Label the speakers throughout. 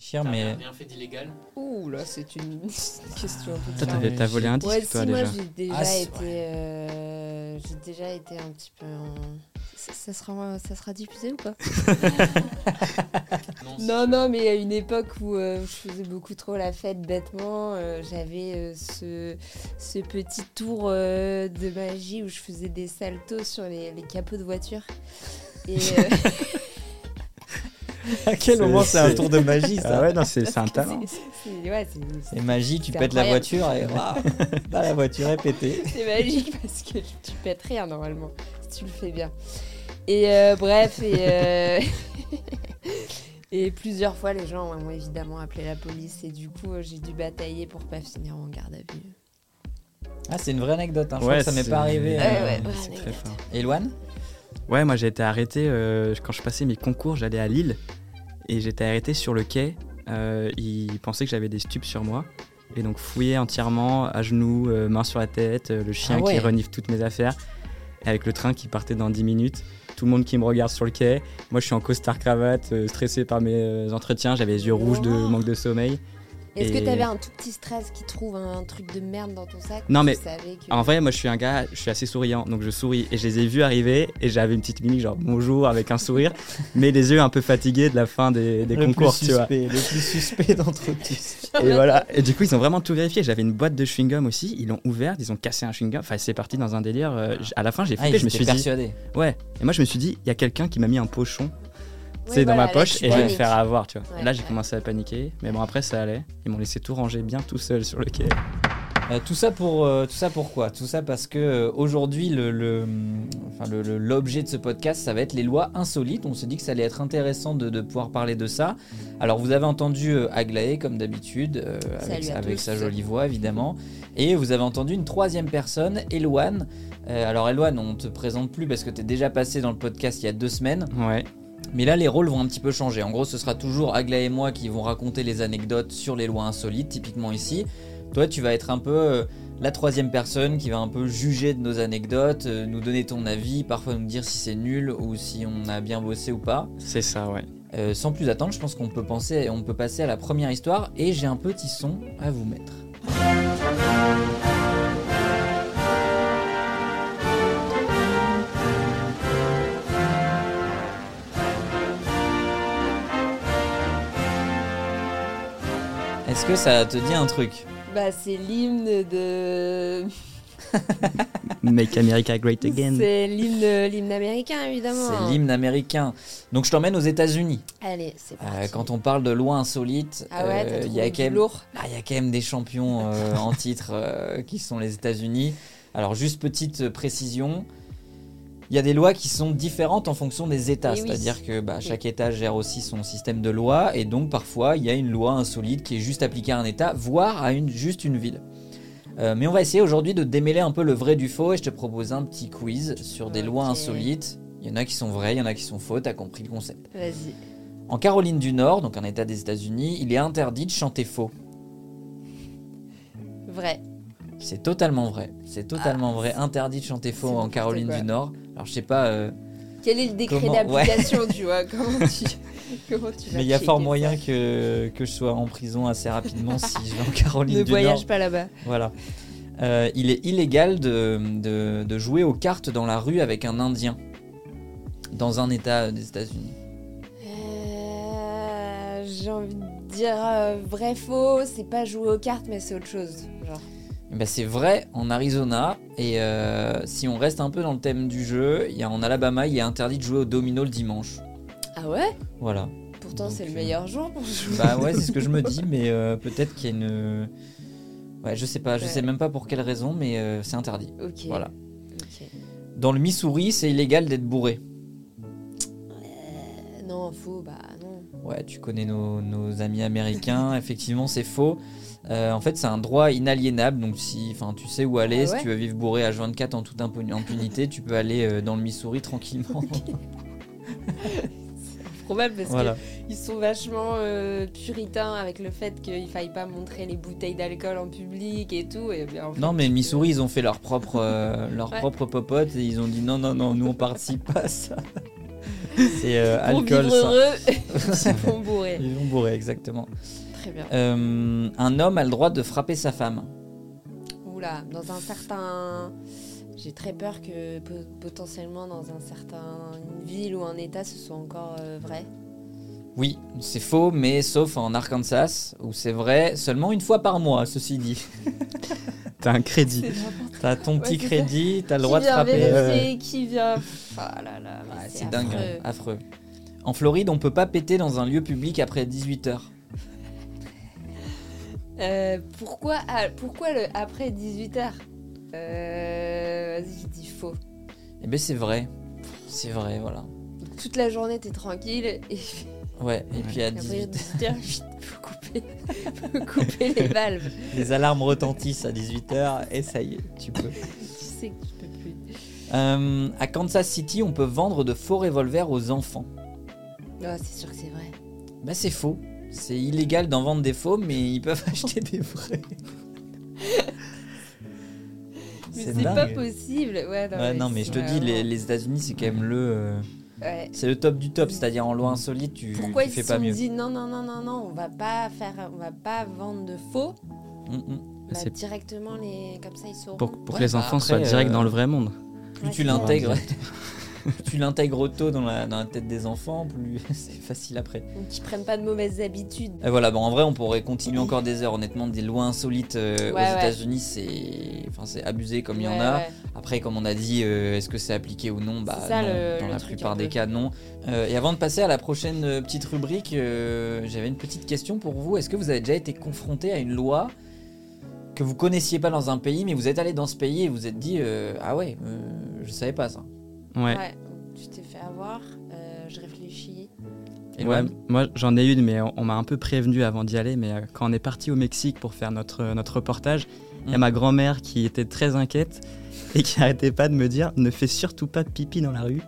Speaker 1: Fier,
Speaker 2: T'as rien,
Speaker 1: mais.
Speaker 2: rien fait d'illégal
Speaker 3: Ouh là, c'est une question un peu
Speaker 1: Toi,
Speaker 3: bizarre.
Speaker 1: t'as t'as volé un disque,
Speaker 3: Ouais, si,
Speaker 1: toi,
Speaker 3: moi
Speaker 1: déjà.
Speaker 3: j'ai déjà
Speaker 2: Ah, c'est-
Speaker 3: été, euh, j'ai déjà été un petit peu. en- Ça, ça sera, ça sera diffusé ou pas
Speaker 2: Non. c'est-
Speaker 3: Non, non, mais à une époque où euh, je faisais beaucoup trop la fête bêtement, euh, j'avais euh, ce, ce petit tour euh, de magie où je faisais des saltos sur les, les capots de voiture. Et euh,
Speaker 1: À quel
Speaker 4: moment c'est un tour
Speaker 1: de magie,
Speaker 4: Ah ouais, non, c'est c'est un talent.
Speaker 3: c'est- c'est ouais, c'est- c'est-
Speaker 1: C'est magie, tu
Speaker 3: C'est
Speaker 1: pètes la
Speaker 3: incroyable.
Speaker 1: voiture et. waouh, bah, la voiture est pétée.
Speaker 3: C'est magique parce que tu, tu pètes rien normalement, si tu le fais bien. Et euh, bref, et, euh, et plusieurs fois les gens m'ont évidemment appelé la police et du coup euh, j'ai dû batailler pour pas finir en garde à vue.
Speaker 1: Ah, c'est une vraie anecdote, hein. je
Speaker 4: Ouais,
Speaker 1: crois que ça m'est
Speaker 4: c'est-
Speaker 1: pas arrivé.
Speaker 3: Ouais,
Speaker 1: euh,
Speaker 3: ouais, ouais,
Speaker 4: c'est
Speaker 3: ouais,
Speaker 4: très
Speaker 3: ouais.
Speaker 4: fort.
Speaker 1: Éloane
Speaker 4: Ouais, moi j'ai été arrêté euh, quand je passais mes concours, j'allais à Lille et j'étais arrêté sur le quai. Euh, ils pensaient que j'avais des stupes sur moi et donc fouillé entièrement, à genoux, euh, main sur la tête, euh, le chien
Speaker 1: Ah ouais.
Speaker 4: qui renifle toutes mes affaires, et avec le train qui partait dans 10 minutes, tout le monde qui me regarde sur le quai. Moi je suis en costard cravate, euh, stressé par mes euh, entretiens, j'avais les yeux rouges de
Speaker 3: Wow.
Speaker 4: manque de sommeil.
Speaker 3: Est-ce
Speaker 4: Et-
Speaker 3: que t'avais un tout petit stress qui trouve un truc de merde dans ton sac
Speaker 4: Non,
Speaker 3: tu
Speaker 4: mais
Speaker 3: savais que-
Speaker 4: En vrai, moi je suis un gars, je suis assez souriant, donc je souris. Et je les ai vus arriver et j'avais une petite mimique, genre bonjour avec un sourire, mais les yeux un peu fatigués de la fin des, des concours, tu vois.
Speaker 1: Le plus suspect d'entre tous.
Speaker 4: Et voilà. Et du coup, ils ont vraiment tout vérifié. J'avais une boîte de chewing-gum aussi, ils l'ont ouverte, ils ont cassé un chewing-gum. Enfin, c'est parti dans un délire. euh, j- à la fin, j'ai
Speaker 1: Ah,
Speaker 4: flippé,
Speaker 1: il
Speaker 4: je me suis dit.
Speaker 1: persuadé.
Speaker 4: Ouais. Et moi, je me suis dit, il y a quelqu'un qui m'a mis un pochon, tu
Speaker 3: Ouais,
Speaker 4: sais, dans
Speaker 3: voilà, là,
Speaker 4: ma poche
Speaker 3: tu
Speaker 4: et je vais me
Speaker 3: paniques.
Speaker 4: faire avoir, tu vois.
Speaker 3: Ouais,
Speaker 4: Et là, j'ai
Speaker 3: ouais.
Speaker 4: commencé à paniquer. Mais bon, après, ça allait. Ils m'ont laissé tout ranger bien tout seul sur le quai.
Speaker 1: Euh, tout ça pour euh, tout ça pourquoi Tout ça parce que euh, aujourd'hui le le, hum, enfin, le- le- l'objet de ce podcast ça va être les lois insolites. On s'est dit que ça allait être intéressant de, de pouvoir parler de ça. Alors vous avez entendu euh, Aglaé comme d'habitude euh, avec,
Speaker 3: Salut à
Speaker 1: avec
Speaker 3: tous.
Speaker 1: sa jolie voix évidemment et vous avez entendu une troisième personne Eloane. Euh, alors Eloane on te présente plus parce que t'es déjà passé dans le podcast il y a deux semaines.
Speaker 4: Ouais.
Speaker 1: Mais là, les rôles vont un petit peu changer. En gros, ce sera toujours Agla et moi qui vont raconter les anecdotes sur les lois insolites, typiquement ici. Toi, tu vas être un peu euh, la troisième personne qui va un peu juger de nos anecdotes, euh, nous donner ton avis, parfois nous dire si c'est nul ou si on a bien bossé ou pas.
Speaker 4: C'est ça, ouais.
Speaker 1: Euh, sans plus attendre, je pense qu'on peut penser, on peut passer à la première histoire et j'ai un petit son à vous mettre. Est-ce que ça te dit un truc
Speaker 3: Bah c'est l'hymne de.
Speaker 4: Make America Great Again.
Speaker 3: C'est l'hymne l'hymne américain évidemment.
Speaker 1: C'est l'hymne américain. Donc je t'emmène aux États-Unis.
Speaker 3: Allez, c'est
Speaker 1: Euh,
Speaker 3: parti.
Speaker 1: quand on parle de loi insolite,
Speaker 3: Ah ouais, t'as
Speaker 1: euh, il y
Speaker 3: trouvé
Speaker 1: a
Speaker 3: du
Speaker 1: quand même
Speaker 3: lourd.
Speaker 1: Ah, Il y a quand même des champions euh, en titre euh, qui sont les États-Unis. Alors, juste petite euh, précision. Il y a des lois qui sont différentes en fonction des États,
Speaker 3: Eh oui.
Speaker 1: c'est-à-dire que bah, chaque État gère aussi son système de loi, et donc parfois il y a une loi insolite qui est juste appliquée à un État, voire à une, juste une ville. Euh, mais on va essayer aujourd'hui de démêler un peu le vrai du faux, et je te propose un petit quiz sur des lois
Speaker 3: Ok.
Speaker 1: insolites. Il y en a qui sont vraies, il y en a qui sont fausses, t'as compris le concept.
Speaker 3: Vas-y.
Speaker 1: En Caroline du Nord, donc un État des États-Unis, il est interdit de chanter faux.
Speaker 3: Vrai.
Speaker 1: C'est totalement vrai. C'est totalement vrai. Interdit de chanter faux
Speaker 3: Ah, c'est
Speaker 1: en
Speaker 3: n'importe
Speaker 1: Caroline
Speaker 3: quoi.
Speaker 1: du Nord. Alors je sais pas, euh,
Speaker 3: Quel est le décret
Speaker 1: Comment-
Speaker 3: d'application, tu vois Comment tu, comment tu vas
Speaker 1: mais il y a fort
Speaker 3: checker
Speaker 1: moyen
Speaker 3: ça
Speaker 1: que, que je sois en prison assez rapidement si je vais en Caroline
Speaker 3: Ne
Speaker 1: du
Speaker 3: voyage
Speaker 1: Nord.
Speaker 3: pas là-bas.
Speaker 1: Voilà. Euh, il est illégal de, de- de jouer aux cartes dans la rue avec un Indien dans un État des États-Unis.
Speaker 3: Euh, J'ai envie de dire euh, vrai faux, c'est pas jouer aux cartes, mais c'est autre chose. Genre.
Speaker 1: Eh ben, c'est vrai en Arizona et euh, si on reste un peu dans le thème du jeu, il y a, en Alabama, il est interdit de jouer au domino le dimanche.
Speaker 3: Ah ouais
Speaker 1: Voilà.
Speaker 3: Pourtant,
Speaker 1: Donc,
Speaker 3: c'est le
Speaker 1: euh,
Speaker 3: meilleur jour pour jouer.
Speaker 1: Bah ouais, c'est ce que je me dis, mais euh, peut-être qu'il y a une. euh, Ouais, je sais pas, je
Speaker 3: Ouais.
Speaker 1: sais même pas pour quelle raison, mais euh, c'est interdit.
Speaker 3: ok.
Speaker 1: Voilà.
Speaker 3: ok.
Speaker 1: Dans le Missouri, c'est illégal d'être bourré.
Speaker 3: Euh, non, faux, bah non.
Speaker 1: Ouais, tu connais nos, nos amis américains, effectivement, c'est faux. Euh, en fait, c'est un droit inaliénable, donc si, enfin, tu sais où aller,
Speaker 3: Ah ouais
Speaker 1: si tu veux vivre bourré à 24 en toute impu- impunité, tu peux aller euh, dans le Missouri tranquillement.
Speaker 3: Probable parce
Speaker 1: voilà.
Speaker 3: qu'ils sont vachement euh, puritains avec le fait qu'il faille pas montrer les bouteilles d'alcool en public et tout. Et bien, en fait,
Speaker 1: Non, mais
Speaker 3: tu peux-
Speaker 1: Missouri, ils ont fait leur propre, euh, leur
Speaker 3: Ouais.
Speaker 1: propre popote et ils ont dit non, non, non, nous on participe pas à ça. C'est euh,
Speaker 3: Pour
Speaker 1: alcool,
Speaker 3: vivre
Speaker 1: ça.
Speaker 3: heureux, ils vont bourrer.
Speaker 1: Ils vont bourrer, exactement.
Speaker 3: Très bien.
Speaker 1: Euh, un homme a le droit de frapper sa femme.
Speaker 3: Oula, dans un certain. J'ai très peur que po- potentiellement dans un certain une ville ou un état ce soit encore euh, vrai.
Speaker 1: Oui, c'est faux, mais sauf en Arkansas, où c'est vrai seulement une fois par mois, ceci dit.
Speaker 4: T'as un crédit.
Speaker 1: T'as ton petit
Speaker 3: c'est ça.
Speaker 1: crédit, t'as le
Speaker 3: qui
Speaker 1: droit de
Speaker 3: vient
Speaker 1: frapper.
Speaker 3: vérifier, qui vient. Pff, Ah là là, mais
Speaker 1: Ah,
Speaker 3: c'est
Speaker 1: c'est dingue,
Speaker 3: affreux.
Speaker 1: affreux. En Floride, on peut pas péter dans un lieu public après 18h.
Speaker 3: Euh, pourquoi, ah, pourquoi le après 18h euh, Vas-y, je dis faux.
Speaker 1: Eh ben c'est vrai. C'est vrai, voilà.
Speaker 3: Donc, toute la journée, t'es tranquille et,
Speaker 1: Ouais, et
Speaker 4: Ouais.
Speaker 1: puis à
Speaker 3: après
Speaker 1: 18h,
Speaker 3: 18h, faut couper, faut couper les valves.
Speaker 1: les alarmes retentissent à 18h et ça y est, tu peux.
Speaker 3: Tu sais que tu peux plus.
Speaker 1: Euh, à Kansas City, on peut vendre de faux revolvers aux enfants.
Speaker 3: Ah, c'est sûr que c'est vrai.
Speaker 1: Bah c'est faux. C'est illégal d'en vendre des faux, mais ils peuvent acheter des vrais.
Speaker 3: Mais c'est pas possible. Ouais, non,
Speaker 1: Ouais, non, mais je te
Speaker 3: c'est
Speaker 1: dis, les,
Speaker 3: vraiment-
Speaker 1: les États-Unis, c'est quand même le, euh,
Speaker 3: Ouais.
Speaker 1: c'est le top du top. C'est-à-dire en loi insolite, tu,
Speaker 3: Pourquoi
Speaker 1: tu
Speaker 3: ils
Speaker 1: fais
Speaker 3: se
Speaker 1: pas
Speaker 3: sont
Speaker 1: mieux.
Speaker 3: dit non, non, non, non, non, on va pas faire, on va pas vendre de faux.
Speaker 1: Mm, mm.
Speaker 3: Bah,
Speaker 4: C'est
Speaker 3: directement les, comme ça ils sauront.
Speaker 4: pour, pour
Speaker 1: Ouais,
Speaker 4: que les
Speaker 1: bah,
Speaker 4: enfants
Speaker 1: après,
Speaker 4: soient direct
Speaker 1: euh,
Speaker 4: dans le vrai monde.
Speaker 1: plus
Speaker 3: Ouais,
Speaker 1: tu
Speaker 3: c'est
Speaker 1: l'intègres, plus tu l'intègres tôt dans la, dans la tête des enfants, plus c'est facile après.
Speaker 3: Donc ils prennent pas de mauvaises habitudes.
Speaker 1: Et voilà, bon, en vrai, on pourrait continuer encore des heures. Honnêtement, des lois insolites euh, aux
Speaker 3: Ouais, ouais.
Speaker 1: États-Unis, c'est, enfin, c'est abusé comme il y
Speaker 3: Ouais,
Speaker 1: en a.
Speaker 3: ouais.
Speaker 1: Après, comme on a dit, euh, est-ce que c'est appliqué ou non Bah
Speaker 3: C'est ça,
Speaker 1: non,
Speaker 3: le-
Speaker 1: dans
Speaker 3: le
Speaker 1: la
Speaker 3: truc
Speaker 1: plupart
Speaker 3: un
Speaker 1: des
Speaker 3: peu.
Speaker 1: cas, non. Euh, et avant de passer à la prochaine euh, petite rubrique, euh, j'avais une petite question pour vous. Est-ce que vous avez déjà été confronté à une loi que vous connaissiez pas dans un pays, mais vous êtes allé dans ce pays et vous êtes dit euh, ah ouais, euh, je savais pas ça.
Speaker 4: Ouais.
Speaker 3: Ouais, tu t'es fait avoir. euh, je réfléchis.
Speaker 1: Et
Speaker 4: Ouais,
Speaker 1: Loane
Speaker 4: moi j'en ai une, mais on, on m'a un peu prévenu avant d'y aller. Mais euh, quand on est parti au Mexique pour faire notre, euh, notre reportage, il y a
Speaker 1: Mm.
Speaker 4: ma grand-mère qui était très inquiète et qui arrêtait pas de me dire ne fais surtout pas de pipi dans la rue.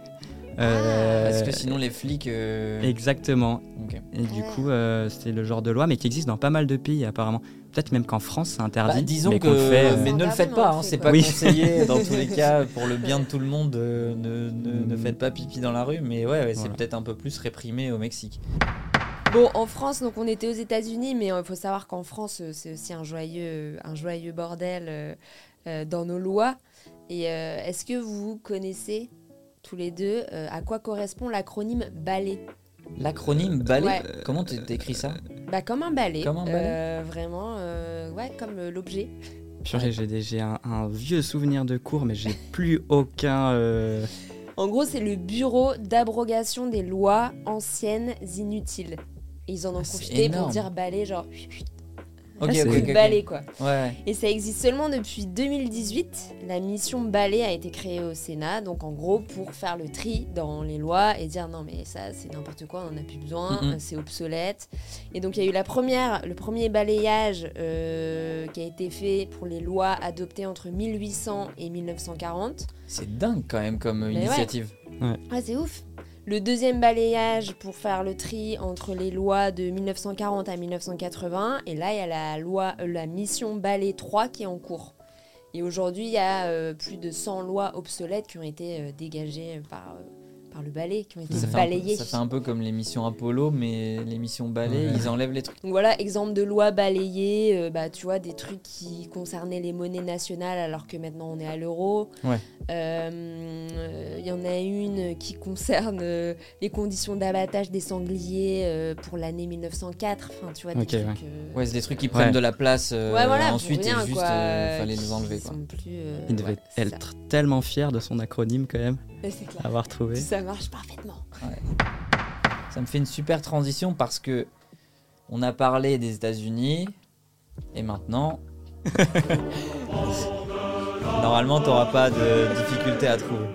Speaker 4: Euh,
Speaker 1: Ah, Parce que sinon les flics. euh,
Speaker 4: Exactement.
Speaker 1: Ok.
Speaker 4: Et du
Speaker 3: Ah.
Speaker 4: coup, euh, c'est le genre de loi, mais qui existe dans pas mal de pays apparemment. Peut-être même qu'en France, c'est
Speaker 1: Bah,
Speaker 4: interdit.
Speaker 1: disons
Speaker 4: mais
Speaker 1: que,
Speaker 4: qu'on le fait, euh,
Speaker 1: mais ne le faites pas, hein, c'est pas
Speaker 4: Oui.
Speaker 1: conseillé dans tous les cas pour le bien de tout le monde. euh, ne, ne- ne faites pas pipi dans la rue, mais ouais, ouais, c'est
Speaker 4: Mm. Voilà.
Speaker 1: peut-être un peu plus réprimé au Mexique.
Speaker 3: Bon, en France, donc on était aux États-Unis, mais il faut savoir qu'en France, euh, c'est aussi un joyeux, un joyeux bordel euh, euh, dans nos lois. Et euh, est-ce que vous connaissez tous les deux euh, à quoi correspond l'acronyme balai
Speaker 1: L'acronyme balai, euh,
Speaker 3: Ouais.
Speaker 1: comment tu décris ça
Speaker 3: Bah comme un balai.
Speaker 1: Comme un balai
Speaker 3: Euh, vraiment, euh, ouais, comme euh, l'objet.
Speaker 4: purée, j'ai des- j'ai un, un vieux souvenir de cours, mais j'ai plus aucun. euh,
Speaker 3: En gros, c'est le bureau d'abrogation des lois anciennes inutiles. Et ils en ont
Speaker 1: Ah, c'est
Speaker 3: profité pour
Speaker 1: énorme.
Speaker 3: dire balai, genre
Speaker 1: Ok,
Speaker 4: c'est-
Speaker 1: Ah, ok, ok, ok.
Speaker 3: balai quoi.
Speaker 1: Ouais, ouais.
Speaker 3: Et ça existe seulement depuis 2018. La mission balai a été créée au Sénat, donc en gros pour faire le tri dans les lois et dire non mais ça c'est n'importe quoi, on n'en a plus besoin,
Speaker 1: Mhm.
Speaker 3: euh, c'est obsolète. Et donc il y a eu la première, le premier balayage euh, qui a été fait pour les lois adoptées entre 1800 et 1940.
Speaker 1: c'est dingue quand même comme
Speaker 3: Mais ouais.
Speaker 1: initiative.
Speaker 3: Ouais, Ah, c'est ouf. Le deuxième balayage pour faire le tri entre les lois de 1940 à 1980. Et là, il y a la loi, euh, la mission balai 3 qui est en cours. Et aujourd'hui, il y a euh, plus de 100 lois obsolètes qui ont été euh, dégagées par, euh, par le balai, qui ont été
Speaker 1: Ça, fait un, peu-
Speaker 3: balayées.
Speaker 1: ça fait un peu comme l'émission Apollo, mais l'émission balai,
Speaker 4: Ouais.
Speaker 1: ils enlèvent les trucs.
Speaker 3: Donc voilà, exemple de loi balayée, euh, bah, tu vois, des trucs qui concernaient les monnaies nationales alors que maintenant on est à l'euro.
Speaker 1: Ouais.
Speaker 3: Euh, euh, Il y en a une qui concerne euh, les conditions d'abattage des sangliers euh, pour l'année 1904. Enfin, tu vois, des
Speaker 4: Ok, ouais.
Speaker 3: trucs. euh,
Speaker 1: Ouais, c'est des trucs qui prennent
Speaker 4: Ouais.
Speaker 1: de la place euh,
Speaker 3: ouais, voilà, pour
Speaker 1: ensuite
Speaker 3: rien,
Speaker 1: et juste
Speaker 3: quoi,
Speaker 1: euh, fallait
Speaker 3: qui
Speaker 1: les enlever. Quoi.
Speaker 3: sont plus, euh,
Speaker 4: il devait
Speaker 3: ouais, c'est ça.
Speaker 4: être tellement fier de son acronyme quand même,
Speaker 3: Mais c'est
Speaker 1: Ah
Speaker 3: clair.
Speaker 4: avoir trouvé.
Speaker 3: Ça marche parfaitement.
Speaker 1: Ça me fait une super transition parce que on a parlé des États-Unis et maintenant. Normalement, t'auras pas de difficulté à trouver.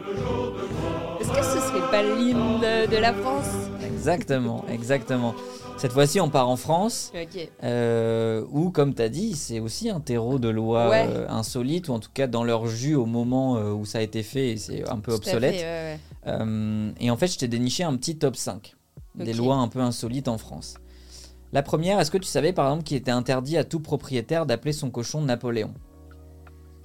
Speaker 3: Est-ce que ce serait pas l'hymne de la France
Speaker 1: Exactement, exactement. Cette fois-ci, on part en France,
Speaker 3: Ok.
Speaker 1: euh, où, comme t'as dit, c'est aussi un terreau de lois
Speaker 3: Ouais.
Speaker 1: euh, insolites, ou en tout cas dans leur jus au moment euh, où ça a été fait, et c'est un peu
Speaker 3: Tout à fait,
Speaker 1: obsolète.
Speaker 3: ouais, ouais.
Speaker 1: Euh, et en fait, je t'ai déniché un petit top 5 des
Speaker 3: Ok.
Speaker 1: lois un peu insolites en France. La première, est-ce que tu savais par exemple qu'il était interdit à tout propriétaire d'appeler son cochon Napoléon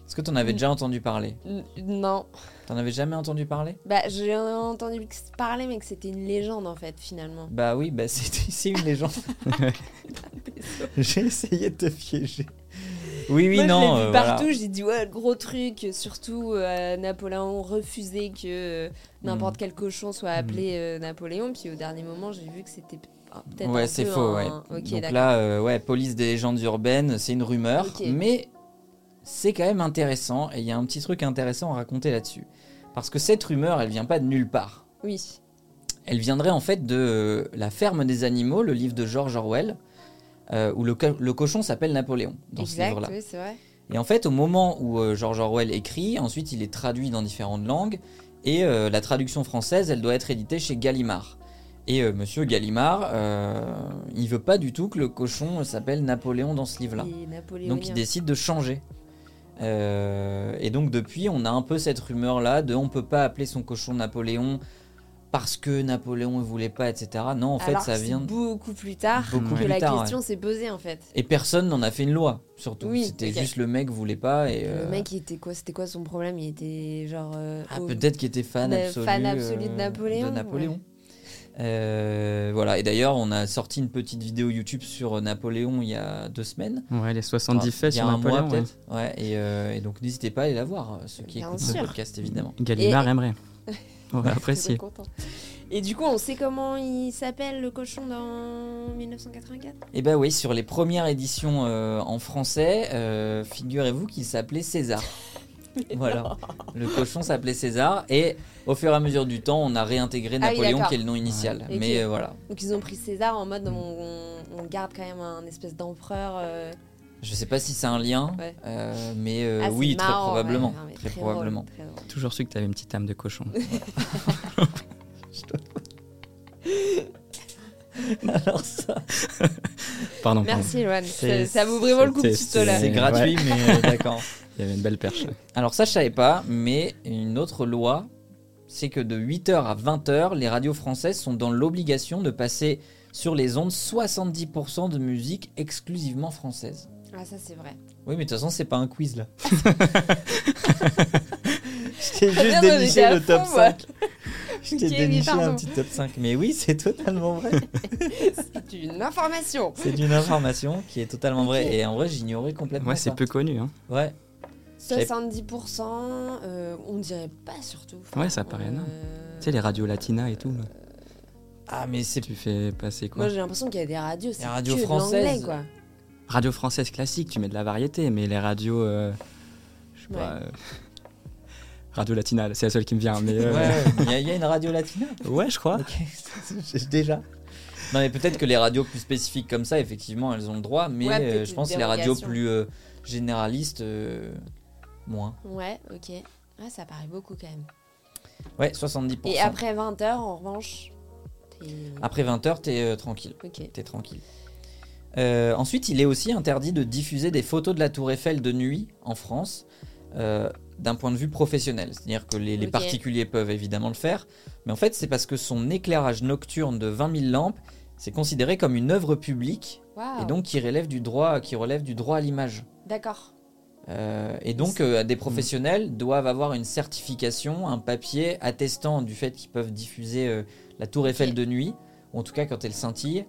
Speaker 1: Est-ce que t'en avais
Speaker 3: Mm.
Speaker 1: déjà entendu parler
Speaker 3: N- Non.
Speaker 1: T'en avais jamais entendu parler
Speaker 3: Bah, j'ai entendu que- parler, mais que c'était une légende en fait, finalement.
Speaker 1: Bah oui, bah c'est c'est une légende. J'ai essayé de te piéger. Oui, oui,
Speaker 3: Moi,
Speaker 1: non.
Speaker 3: Je l'ai vu
Speaker 1: euh, voilà.
Speaker 3: partout, j'ai dit ouais, gros truc. Surtout euh, Napoléon refusait que euh,
Speaker 1: Hmm.
Speaker 3: n'importe quel cochon soit appelé euh, Napoléon. Puis au dernier moment, j'ai vu que c'était p- ah, peut-être.
Speaker 1: Ouais,
Speaker 3: un
Speaker 1: c'est
Speaker 3: peu
Speaker 1: faux.
Speaker 3: un-
Speaker 1: ouais.
Speaker 3: Ok,
Speaker 1: Donc
Speaker 3: d'accord.
Speaker 1: là, euh, ouais, police des légendes urbaines, c'est une rumeur,
Speaker 3: Ok.
Speaker 1: mais c'est quand même intéressant et il y a un petit truc intéressant à raconter là-dessus. Parce que cette rumeur, elle vient pas de nulle part.
Speaker 3: Oui.
Speaker 1: Elle viendrait en fait de euh, La ferme des animaux, le livre de George Orwell, euh, où le, co- le cochon s'appelle Napoléon dans ce
Speaker 3: exact,
Speaker 1: livre-là.
Speaker 3: oui, c'est vrai.
Speaker 1: Et en fait, au moment où euh, George Orwell écrit, ensuite il est traduit dans différentes langues, et euh, la traduction française, elle doit être éditée chez Gallimard. Et euh, monsieur Gallimard, euh, il veut pas du tout que le cochon s'appelle Napoléon dans ce livre-là.
Speaker 3: Et Napoléon.
Speaker 1: Donc il décide de changer. Euh, et donc depuis, on a un peu cette rumeur-là de on peut pas appeler son cochon Napoléon parce que Napoléon ne voulait pas, etc. Non, en fait,
Speaker 3: Alors
Speaker 1: ça
Speaker 3: que c'est
Speaker 1: vient...
Speaker 3: beaucoup plus tard
Speaker 1: Beaucoup
Speaker 3: que
Speaker 1: plus
Speaker 3: la
Speaker 1: tard, ouais.
Speaker 3: question s'est posée en fait.
Speaker 1: Et personne n'en a fait une loi, surtout.
Speaker 3: Oui,
Speaker 1: C'était
Speaker 3: ok.
Speaker 1: juste le mec voulait pas. Et, euh,
Speaker 3: Le mec, il était quoi C'était quoi son problème Il était genre. euh,
Speaker 1: Ah,
Speaker 3: au-
Speaker 1: peut-être qu'il était fan
Speaker 3: Na-
Speaker 1: absolu,
Speaker 3: fan
Speaker 1: euh,
Speaker 3: absolu de Napoléon,
Speaker 1: de Napoléon. Euh, voilà, et d'ailleurs, on a sorti une petite vidéo YouTube sur Napoléon il y a deux semaines.
Speaker 4: Ouais, les 70
Speaker 1: Enfin,
Speaker 4: faits
Speaker 1: il y a
Speaker 4: sur
Speaker 1: un
Speaker 4: Napoléon.
Speaker 1: mois,
Speaker 4: ouais.
Speaker 1: peut-être. Ouais, et, euh, et donc n'hésitez pas à aller la voir, euh, ceux qui
Speaker 3: Bien
Speaker 1: écoutent
Speaker 3: sûr.
Speaker 1: le podcast, évidemment.
Speaker 4: Gallimard
Speaker 3: Et-
Speaker 4: aimerait. On va
Speaker 3: Très
Speaker 4: apprécier.
Speaker 3: content. Et du coup, on sait comment il s'appelle le cochon dans 1984
Speaker 1: Et ben oui, sur les premières éditions euh, en français, euh, figurez-vous qu'il s'appelait César. voilà. Le cochon s'appelait César, et au fur et à mesure du temps, on a réintégré
Speaker 3: Ah oui,
Speaker 1: Napoléon,
Speaker 3: d'accord.
Speaker 1: qui est le nom initial.
Speaker 3: Ouais.
Speaker 1: Mais
Speaker 3: Ok.
Speaker 1: euh, voilà,
Speaker 3: Donc ils ont pris César en mode on, on garde quand même un espèce d'empereur. euh,
Speaker 1: je sais pas si c'est un lien,
Speaker 3: Ouais.
Speaker 1: euh, mais euh,
Speaker 3: assez
Speaker 1: oui, très
Speaker 3: marrant,
Speaker 1: probablement.
Speaker 3: ouais, ouais, ouais,
Speaker 1: très
Speaker 3: drôle,
Speaker 1: probablement.
Speaker 3: très drôle.
Speaker 4: Toujours su que t'avais une petite âme de cochon.
Speaker 1: Alors ça,
Speaker 4: Pardon.
Speaker 3: Merci Loan,
Speaker 4: C'est-
Speaker 3: ça, ça vaut vraiment le coup
Speaker 4: c'était-
Speaker 3: petit tuto là.
Speaker 1: c'est
Speaker 4: Ouais.
Speaker 1: gratuit, mais euh, d'accord.
Speaker 4: pardon. Il y avait une belle perche.
Speaker 1: Alors ça, je savais pas, mais une autre loi, c'est que de 8h à 20h, les radios françaises sont dans l'obligation de passer sur les ondes 70% de musique exclusivement française.
Speaker 3: Ah ça c'est vrai.
Speaker 1: Oui, mais de toute façon, c'est pas un quiz là. je t'ai juste
Speaker 3: Ah merde, on était
Speaker 1: déniché
Speaker 3: à
Speaker 1: le top
Speaker 3: fond, moi.
Speaker 1: 5. Je t'ai
Speaker 3: Ok, oui,
Speaker 1: déniché un
Speaker 3: pardon.
Speaker 1: petit top 5. Mais oui, c'est totalement vrai.
Speaker 3: C'est une information.
Speaker 1: C'est une information qui est totalement vraie.
Speaker 3: Ok.
Speaker 1: Et en vrai, j'ignorais complètement.
Speaker 4: Moi,
Speaker 1: ça.
Speaker 4: c'est peu connu. Hein.
Speaker 1: Ouais.
Speaker 3: 70%, euh, on dirait pas surtout.
Speaker 4: Ouais, ça paraît énorme.
Speaker 3: Euh,
Speaker 4: Tu sais, les radios latinas et tout. là.
Speaker 1: Ah, mais c'est.
Speaker 4: Tu fais passer quoi
Speaker 3: Moi j'ai l'impression qu'il y a des radios, c'est
Speaker 1: radios
Speaker 3: que de
Speaker 1: françaises.
Speaker 3: l'anglais, quoi.
Speaker 4: Radio française classique, tu mets de la variété, mais les radios. euh, je sais pas. euh, radio latina, c'est la seule qui me vient. Mais,
Speaker 1: Ouais,
Speaker 4: euh,
Speaker 1: ouais. il y a- il y a une radio latina.
Speaker 4: ouais, je crois.
Speaker 1: déjà. Non mais peut-être que les radios plus spécifiques comme ça, effectivement, elles ont le droit, mais
Speaker 3: Ouais,
Speaker 1: euh,
Speaker 3: peut-être
Speaker 1: je
Speaker 3: une
Speaker 1: pense que les radios
Speaker 3: dérogation.
Speaker 1: plus euh, généralistes, euh, moins.
Speaker 3: Ouais, ok. Ouais, ça paraît beaucoup quand même.
Speaker 1: Ouais, 70%.
Speaker 3: Et après 20h, en revanche, t'es-
Speaker 1: Après 20h, t'es euh, tranquille.
Speaker 3: Ok.
Speaker 1: T'es tranquille. Euh, ensuite, il est aussi interdit de diffuser des photos de la tour Eiffel de nuit en France euh, d'un point de vue professionnel. C'est-à-dire que les, les
Speaker 3: Ok.
Speaker 1: particuliers peuvent évidemment le faire, mais en fait c'est parce que son éclairage nocturne de 20 000 lampes, c'est considéré comme une œuvre publique
Speaker 3: Waouh.
Speaker 1: et donc qui relève du droit, qui relève du droit à l'image.
Speaker 3: D'accord.
Speaker 1: Euh, et donc euh, des professionnels doivent avoir une certification, un papier attestant du fait qu'ils peuvent diffuser euh, la tour Eiffel
Speaker 3: Ok.
Speaker 1: de nuit, ou en tout cas quand elle scintille,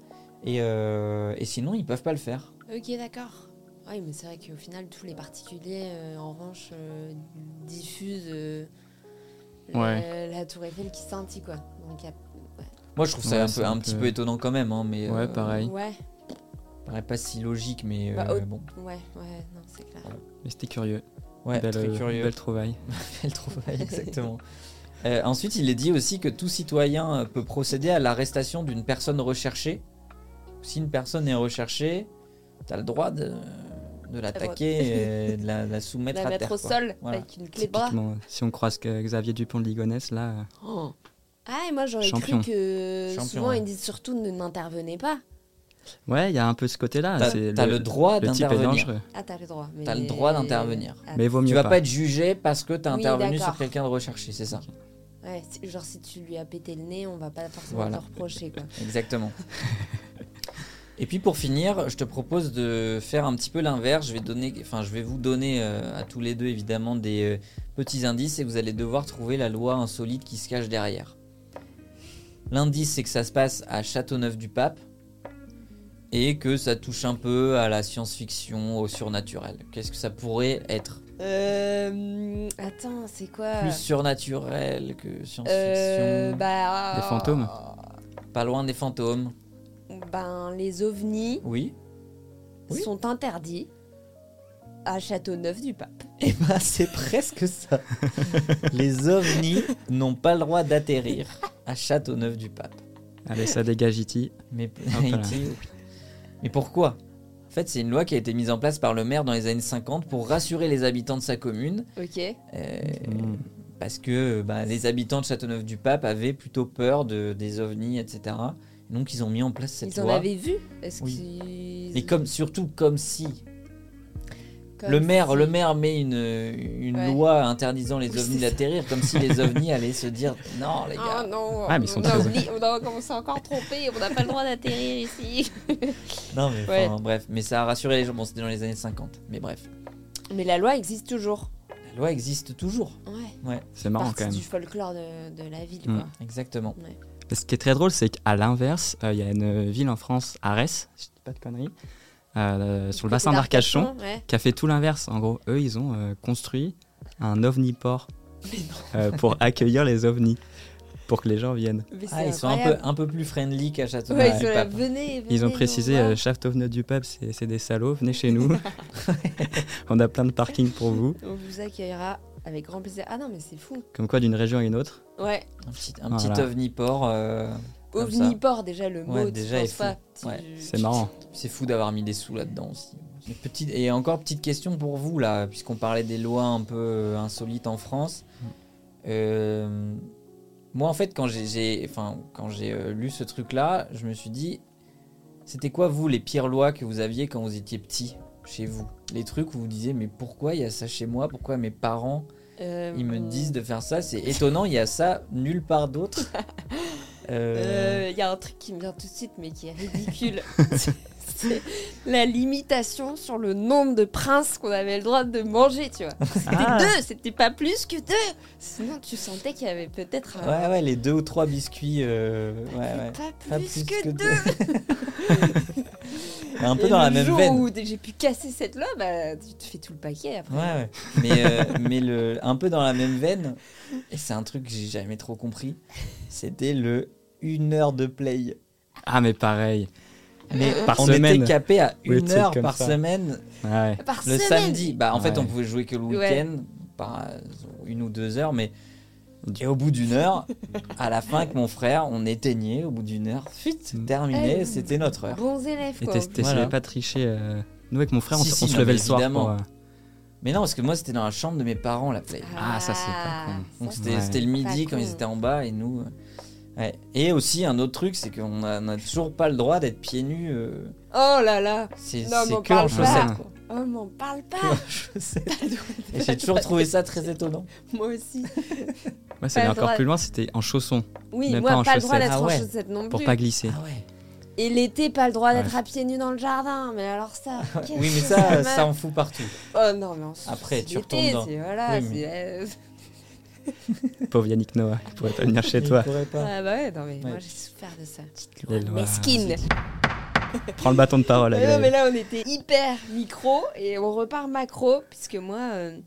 Speaker 1: et, euh, et sinon ils peuvent pas le faire.
Speaker 3: Ok, d'accord. Oui, mais c'est vrai qu'au final, tous les particuliers, euh, en revanche, euh, diffusent euh, la- la, tour Eiffel qui scintille, quoi. Donc, y a-
Speaker 1: Moi je trouve ça
Speaker 4: Ouais,
Speaker 1: un,
Speaker 4: c'est
Speaker 1: peu,
Speaker 4: un
Speaker 1: un petit
Speaker 4: peu-
Speaker 1: peu étonnant quand même, hein, mais
Speaker 4: Ouais,
Speaker 1: euh,
Speaker 4: pareil.
Speaker 3: Ouais,
Speaker 1: paraît pas si logique, mais
Speaker 3: Bah,
Speaker 1: euh,
Speaker 3: au-
Speaker 1: bon,
Speaker 3: ouais, ouais, non, c'est clair.
Speaker 4: Mais c'était curieux.
Speaker 1: ouais,
Speaker 4: belle,
Speaker 1: très
Speaker 4: euh,
Speaker 1: curieux.
Speaker 4: Belle trouvaille.
Speaker 1: Elle trouve exactement. Euh, ensuite, il est dit aussi que tout citoyen euh, peut procéder à l'arrestation d'une personne recherchée. Si une personne est recherchée, t'as le droit de, de l'attaquer et de la, de la soumettre
Speaker 3: La
Speaker 1: à
Speaker 3: mettre
Speaker 1: terre.
Speaker 3: au
Speaker 1: quoi.
Speaker 3: sol
Speaker 1: Voilà.
Speaker 3: avec une clé de bras.
Speaker 4: Typiquement, si on croise que Xavier Dupont de Ligonnès, là. euh,
Speaker 3: Oh. Ah, et moi, j'aurais cru
Speaker 4: Champion.
Speaker 3: que
Speaker 1: Champion,
Speaker 3: souvent,
Speaker 1: ouais.
Speaker 3: ils disent surtout ne n'intervenez pas.
Speaker 4: Ouais, il y a un peu ce côté-là.
Speaker 1: T'as
Speaker 4: c'est
Speaker 1: t'as le, droit
Speaker 4: le type est
Speaker 1: d'intervenir.
Speaker 4: dangereux.
Speaker 3: Ah, t'as le droit. Mais...
Speaker 1: T'as le droit d'intervenir.
Speaker 3: Ah,
Speaker 4: Mais vaut mieux
Speaker 1: Tu vas
Speaker 4: pas.
Speaker 1: pas. être jugé parce que t'as
Speaker 3: Oui,
Speaker 1: intervenu
Speaker 3: d'accord.
Speaker 1: sur quelqu'un de recherché, c'est ça
Speaker 3: Ouais, c'est- genre, si tu lui as pété le nez, on va pas forcément
Speaker 1: Voilà.
Speaker 3: te reprocher, quoi.
Speaker 1: Exactement. Et puis pour finir, je te propose de faire un petit peu l'inverse. Je vais donner, enfin, je vais vous donner euh, à tous les deux évidemment des euh, petits indices et vous allez devoir trouver la loi insolite qui se cache derrière. L'indice, c'est que ça se passe à Châteauneuf-du-Pape et que ça touche un peu à la science-fiction, au surnaturel. Qu'est-ce que ça pourrait être
Speaker 3: Euh, attends, c'est quoi
Speaker 1: Plus surnaturel que science-fiction.
Speaker 3: euh, bah,
Speaker 4: Des fantômes
Speaker 1: Pas loin des fantômes.
Speaker 3: Ben, les ovnis
Speaker 1: Oui. Oui.
Speaker 3: sont interdits à Châteauneuf-du-Pape.
Speaker 1: Eh ben, c'est presque ça. Les ovnis n'ont pas le droit d'atterrir à Châteauneuf-du-Pape.
Speaker 4: Allez, ça dégage E.T.
Speaker 1: Mais,
Speaker 4: Oh, là.
Speaker 1: mais pourquoi En fait, c'est une loi qui a été mise en place par le maire dans les années 50 pour rassurer les habitants de sa commune.
Speaker 3: Ok.
Speaker 1: euh,
Speaker 4: Mm.
Speaker 1: Parce que bah, les habitants de Châteauneuf-du-Pape avaient plutôt peur de, des ovnis, etc. Donc, ils ont mis en place cette
Speaker 3: Ils en
Speaker 1: loi.
Speaker 3: avaient vu Est-ce
Speaker 1: Oui.
Speaker 3: qu'ils-
Speaker 1: Et comme, surtout, comme si
Speaker 3: comme
Speaker 1: le maire,
Speaker 3: si-
Speaker 1: le maire met une, une
Speaker 3: Ouais.
Speaker 1: loi interdisant les
Speaker 3: Oui,
Speaker 1: ovnis
Speaker 3: c'est ça.
Speaker 1: d'atterrir, comme si les ovnis allaient se dire non les
Speaker 3: Ah
Speaker 1: gars.
Speaker 3: non,
Speaker 4: Ah, mais ils sont
Speaker 3: on, a
Speaker 4: très-
Speaker 3: oublié- on, a- on s'est encore trompé, on n'a pas le droit d'atterrir ici.
Speaker 1: Non mais
Speaker 3: Ouais.
Speaker 1: enfin, bref, mais ça a rassuré les gens. Bon, c'était dans les années 50, mais bref,
Speaker 3: Mais la loi existe toujours.
Speaker 1: la loi existe toujours.
Speaker 3: Ouais.
Speaker 4: C'est marrant
Speaker 3: Partie
Speaker 4: quand même.
Speaker 3: du folklore de, de la ville,
Speaker 4: Mm.
Speaker 3: quoi.
Speaker 1: Exactement.
Speaker 4: Mais Ce qui est très drôle, c'est qu'à l'inverse, euh, il y a une ville en France, Arès, si je dis pas de conneries, euh, sur le bassin
Speaker 3: Côté
Speaker 4: d'Arcachon,
Speaker 3: ouais.
Speaker 4: qui a fait tout l'inverse. En gros, eux, ils ont euh, construit un ovniport euh, pour accueillir les ovnis, pour que les gens viennent.
Speaker 3: Mais c'est
Speaker 1: Ah, ils sont un peu,
Speaker 3: incroyable.
Speaker 1: un peu plus friendly qu'à Châteauneuf
Speaker 3: Ouais, ils
Speaker 1: du
Speaker 3: sont là,
Speaker 1: Pape.
Speaker 3: venez,
Speaker 4: Ils ont
Speaker 3: venez,
Speaker 4: précisé,
Speaker 3: on va.
Speaker 4: euh, Châteauneuf du Pape, c'est c'est des salauds, venez chez nous. On a plein de parkings pour vous.
Speaker 3: On vous accueillera avec grand plaisir. Ah non, mais c'est fou.
Speaker 4: Comme quoi, d'une région à une autre.
Speaker 3: Ouais.
Speaker 1: Un petit, un petit
Speaker 4: Voilà.
Speaker 1: ovniport. euh, Comme ça.
Speaker 3: Ovniport, déjà, le mot,
Speaker 1: Ouais,
Speaker 3: tu
Speaker 1: déjà,
Speaker 3: penses
Speaker 1: est fou.
Speaker 3: pas. Tu-
Speaker 1: Ouais,
Speaker 4: C'est marrant.
Speaker 1: c'est fou d'avoir mis des sous là-dedans aussi. Et, petite, et encore petite question pour vous là, puisqu'on parlait des lois un peu euh, insolites en France. Euh, moi en fait quand j'ai- j'ai enfin, quand j'ai euh, lu ce truc là, je me suis dit c'était quoi vous les pires lois que vous aviez quand vous étiez petit chez vous Les trucs où vous disiez mais pourquoi il y a ça chez moi Pourquoi mes parents
Speaker 3: Euh,
Speaker 1: ils me disent de faire ça C'est étonnant, il y a ça nulle part d'autre. Euh,
Speaker 3: Il y a un truc qui me vient tout de suite, mais qui est ridicule. c'est la limitation sur le nombre de princes qu'on avait le droit de manger, tu vois. C'était
Speaker 4: Ah.
Speaker 3: deux, c'était pas plus que deux. Sinon, tu sentais qu'il y avait peut-être un-
Speaker 1: Ouais ouais les deux ou trois biscuits euh, ouais, ouais.
Speaker 3: Pas plus,
Speaker 1: Pas plus
Speaker 3: que,
Speaker 1: que
Speaker 3: deux.
Speaker 1: un peu
Speaker 3: Et
Speaker 1: dans la
Speaker 3: le
Speaker 1: même
Speaker 3: jour
Speaker 1: veine.
Speaker 3: où j'ai pu casser cette loi, bah, tu te fais tout le paquet après.
Speaker 1: Ouais, ouais. Mais, euh, mais le, un peu dans la même veine, et c'est un truc que j'ai jamais trop compris, c'était le une heure de play.
Speaker 4: Ah, mais pareil.
Speaker 1: Mais
Speaker 4: Par
Speaker 1: Euh, on
Speaker 4: semaine.
Speaker 1: était capé à
Speaker 4: Oui,
Speaker 1: une
Speaker 4: truc
Speaker 1: heure
Speaker 4: comme
Speaker 1: par
Speaker 4: ça.
Speaker 1: semaine
Speaker 4: Ouais.
Speaker 3: Par
Speaker 1: le
Speaker 3: semaine.
Speaker 1: samedi. Bah, en fait,
Speaker 4: Ouais.
Speaker 1: on pouvait jouer que le
Speaker 3: Ouais.
Speaker 1: week-end, par euh, une ou deux heures, mais. Et au bout d'une heure, à la fin, avec mon frère, on éteignait. Au bout d'une heure, fuite,
Speaker 4: Mm.
Speaker 1: terminé,
Speaker 3: Eh,
Speaker 1: c'était notre heure.
Speaker 3: Bons élèves,
Speaker 4: Et
Speaker 3: quoi.
Speaker 4: t'ess- t'essayais
Speaker 1: Voilà.
Speaker 4: pas de tricher. euh, Nous, avec mon frère, on,
Speaker 1: Si,
Speaker 4: s-
Speaker 1: si,
Speaker 4: on se
Speaker 1: non,
Speaker 4: levait
Speaker 1: mais
Speaker 4: le soir.
Speaker 1: évidemment.
Speaker 4: pour, euh,
Speaker 1: Mais non, parce que moi, c'était dans la chambre de mes parents, la play.
Speaker 4: Ah, ça, c'est pas con.
Speaker 1: Donc
Speaker 3: ça,
Speaker 1: c'était
Speaker 4: Ouais.
Speaker 1: c'était le midi
Speaker 3: Pas
Speaker 1: quand ils
Speaker 3: con.
Speaker 1: étaient en bas et nous. euh, ouais. Et aussi un autre truc, c'est qu'on a- n'a toujours pas le droit d'être pieds nus. euh,
Speaker 3: Oh là là
Speaker 1: c'est
Speaker 3: Non, mais
Speaker 1: c'est
Speaker 3: on
Speaker 1: que en
Speaker 3: parle pas.
Speaker 1: chaussettes. quoi.
Speaker 3: Oh, m'en parle
Speaker 1: Que
Speaker 3: pas
Speaker 1: en chaussettes. Et j'ai toujours trouvé ça très étonnant.
Speaker 3: Moi aussi.
Speaker 4: Moi,
Speaker 3: Pas
Speaker 4: ça allait
Speaker 3: le
Speaker 4: encore
Speaker 3: droit.
Speaker 4: plus loin, c'était en chaussons,
Speaker 3: Oui,
Speaker 4: Même
Speaker 3: moi, pas,
Speaker 4: pas
Speaker 3: le
Speaker 4: en
Speaker 3: droit
Speaker 4: chaussettes.
Speaker 3: d'être
Speaker 1: Ah ouais.
Speaker 3: en chaussettes non
Speaker 4: pour
Speaker 3: plus.
Speaker 4: pas glisser.
Speaker 1: Ah ouais.
Speaker 3: Et l'été, pas le droit d'être
Speaker 4: Ouais.
Speaker 3: à pieds nus dans le jardin. Mais alors ça... qu'est-ce
Speaker 1: Oui, mais
Speaker 3: que
Speaker 1: ça,
Speaker 3: me-
Speaker 1: ça on fout partout.
Speaker 3: Oh non, mais on s'en
Speaker 1: Après,
Speaker 3: fout,
Speaker 1: tu
Speaker 3: c'est
Speaker 1: retournes
Speaker 3: l'été,
Speaker 1: dans-
Speaker 3: c'est- Voilà,
Speaker 1: Oui, mais-
Speaker 3: c'est... euh,
Speaker 4: Pauvre Yannick Noah, il pourrait pas venir chez toi.
Speaker 3: Ah bah ouais, non mais
Speaker 1: Ouais.
Speaker 3: moi j'ai souffert de ça.
Speaker 4: Les lois.
Speaker 3: Mesquine
Speaker 4: Prends le bâton de parole,
Speaker 3: Ouais, non, mais
Speaker 4: Aglaé.
Speaker 3: là, on était hyper micro et on repart macro, puisque moi, euh,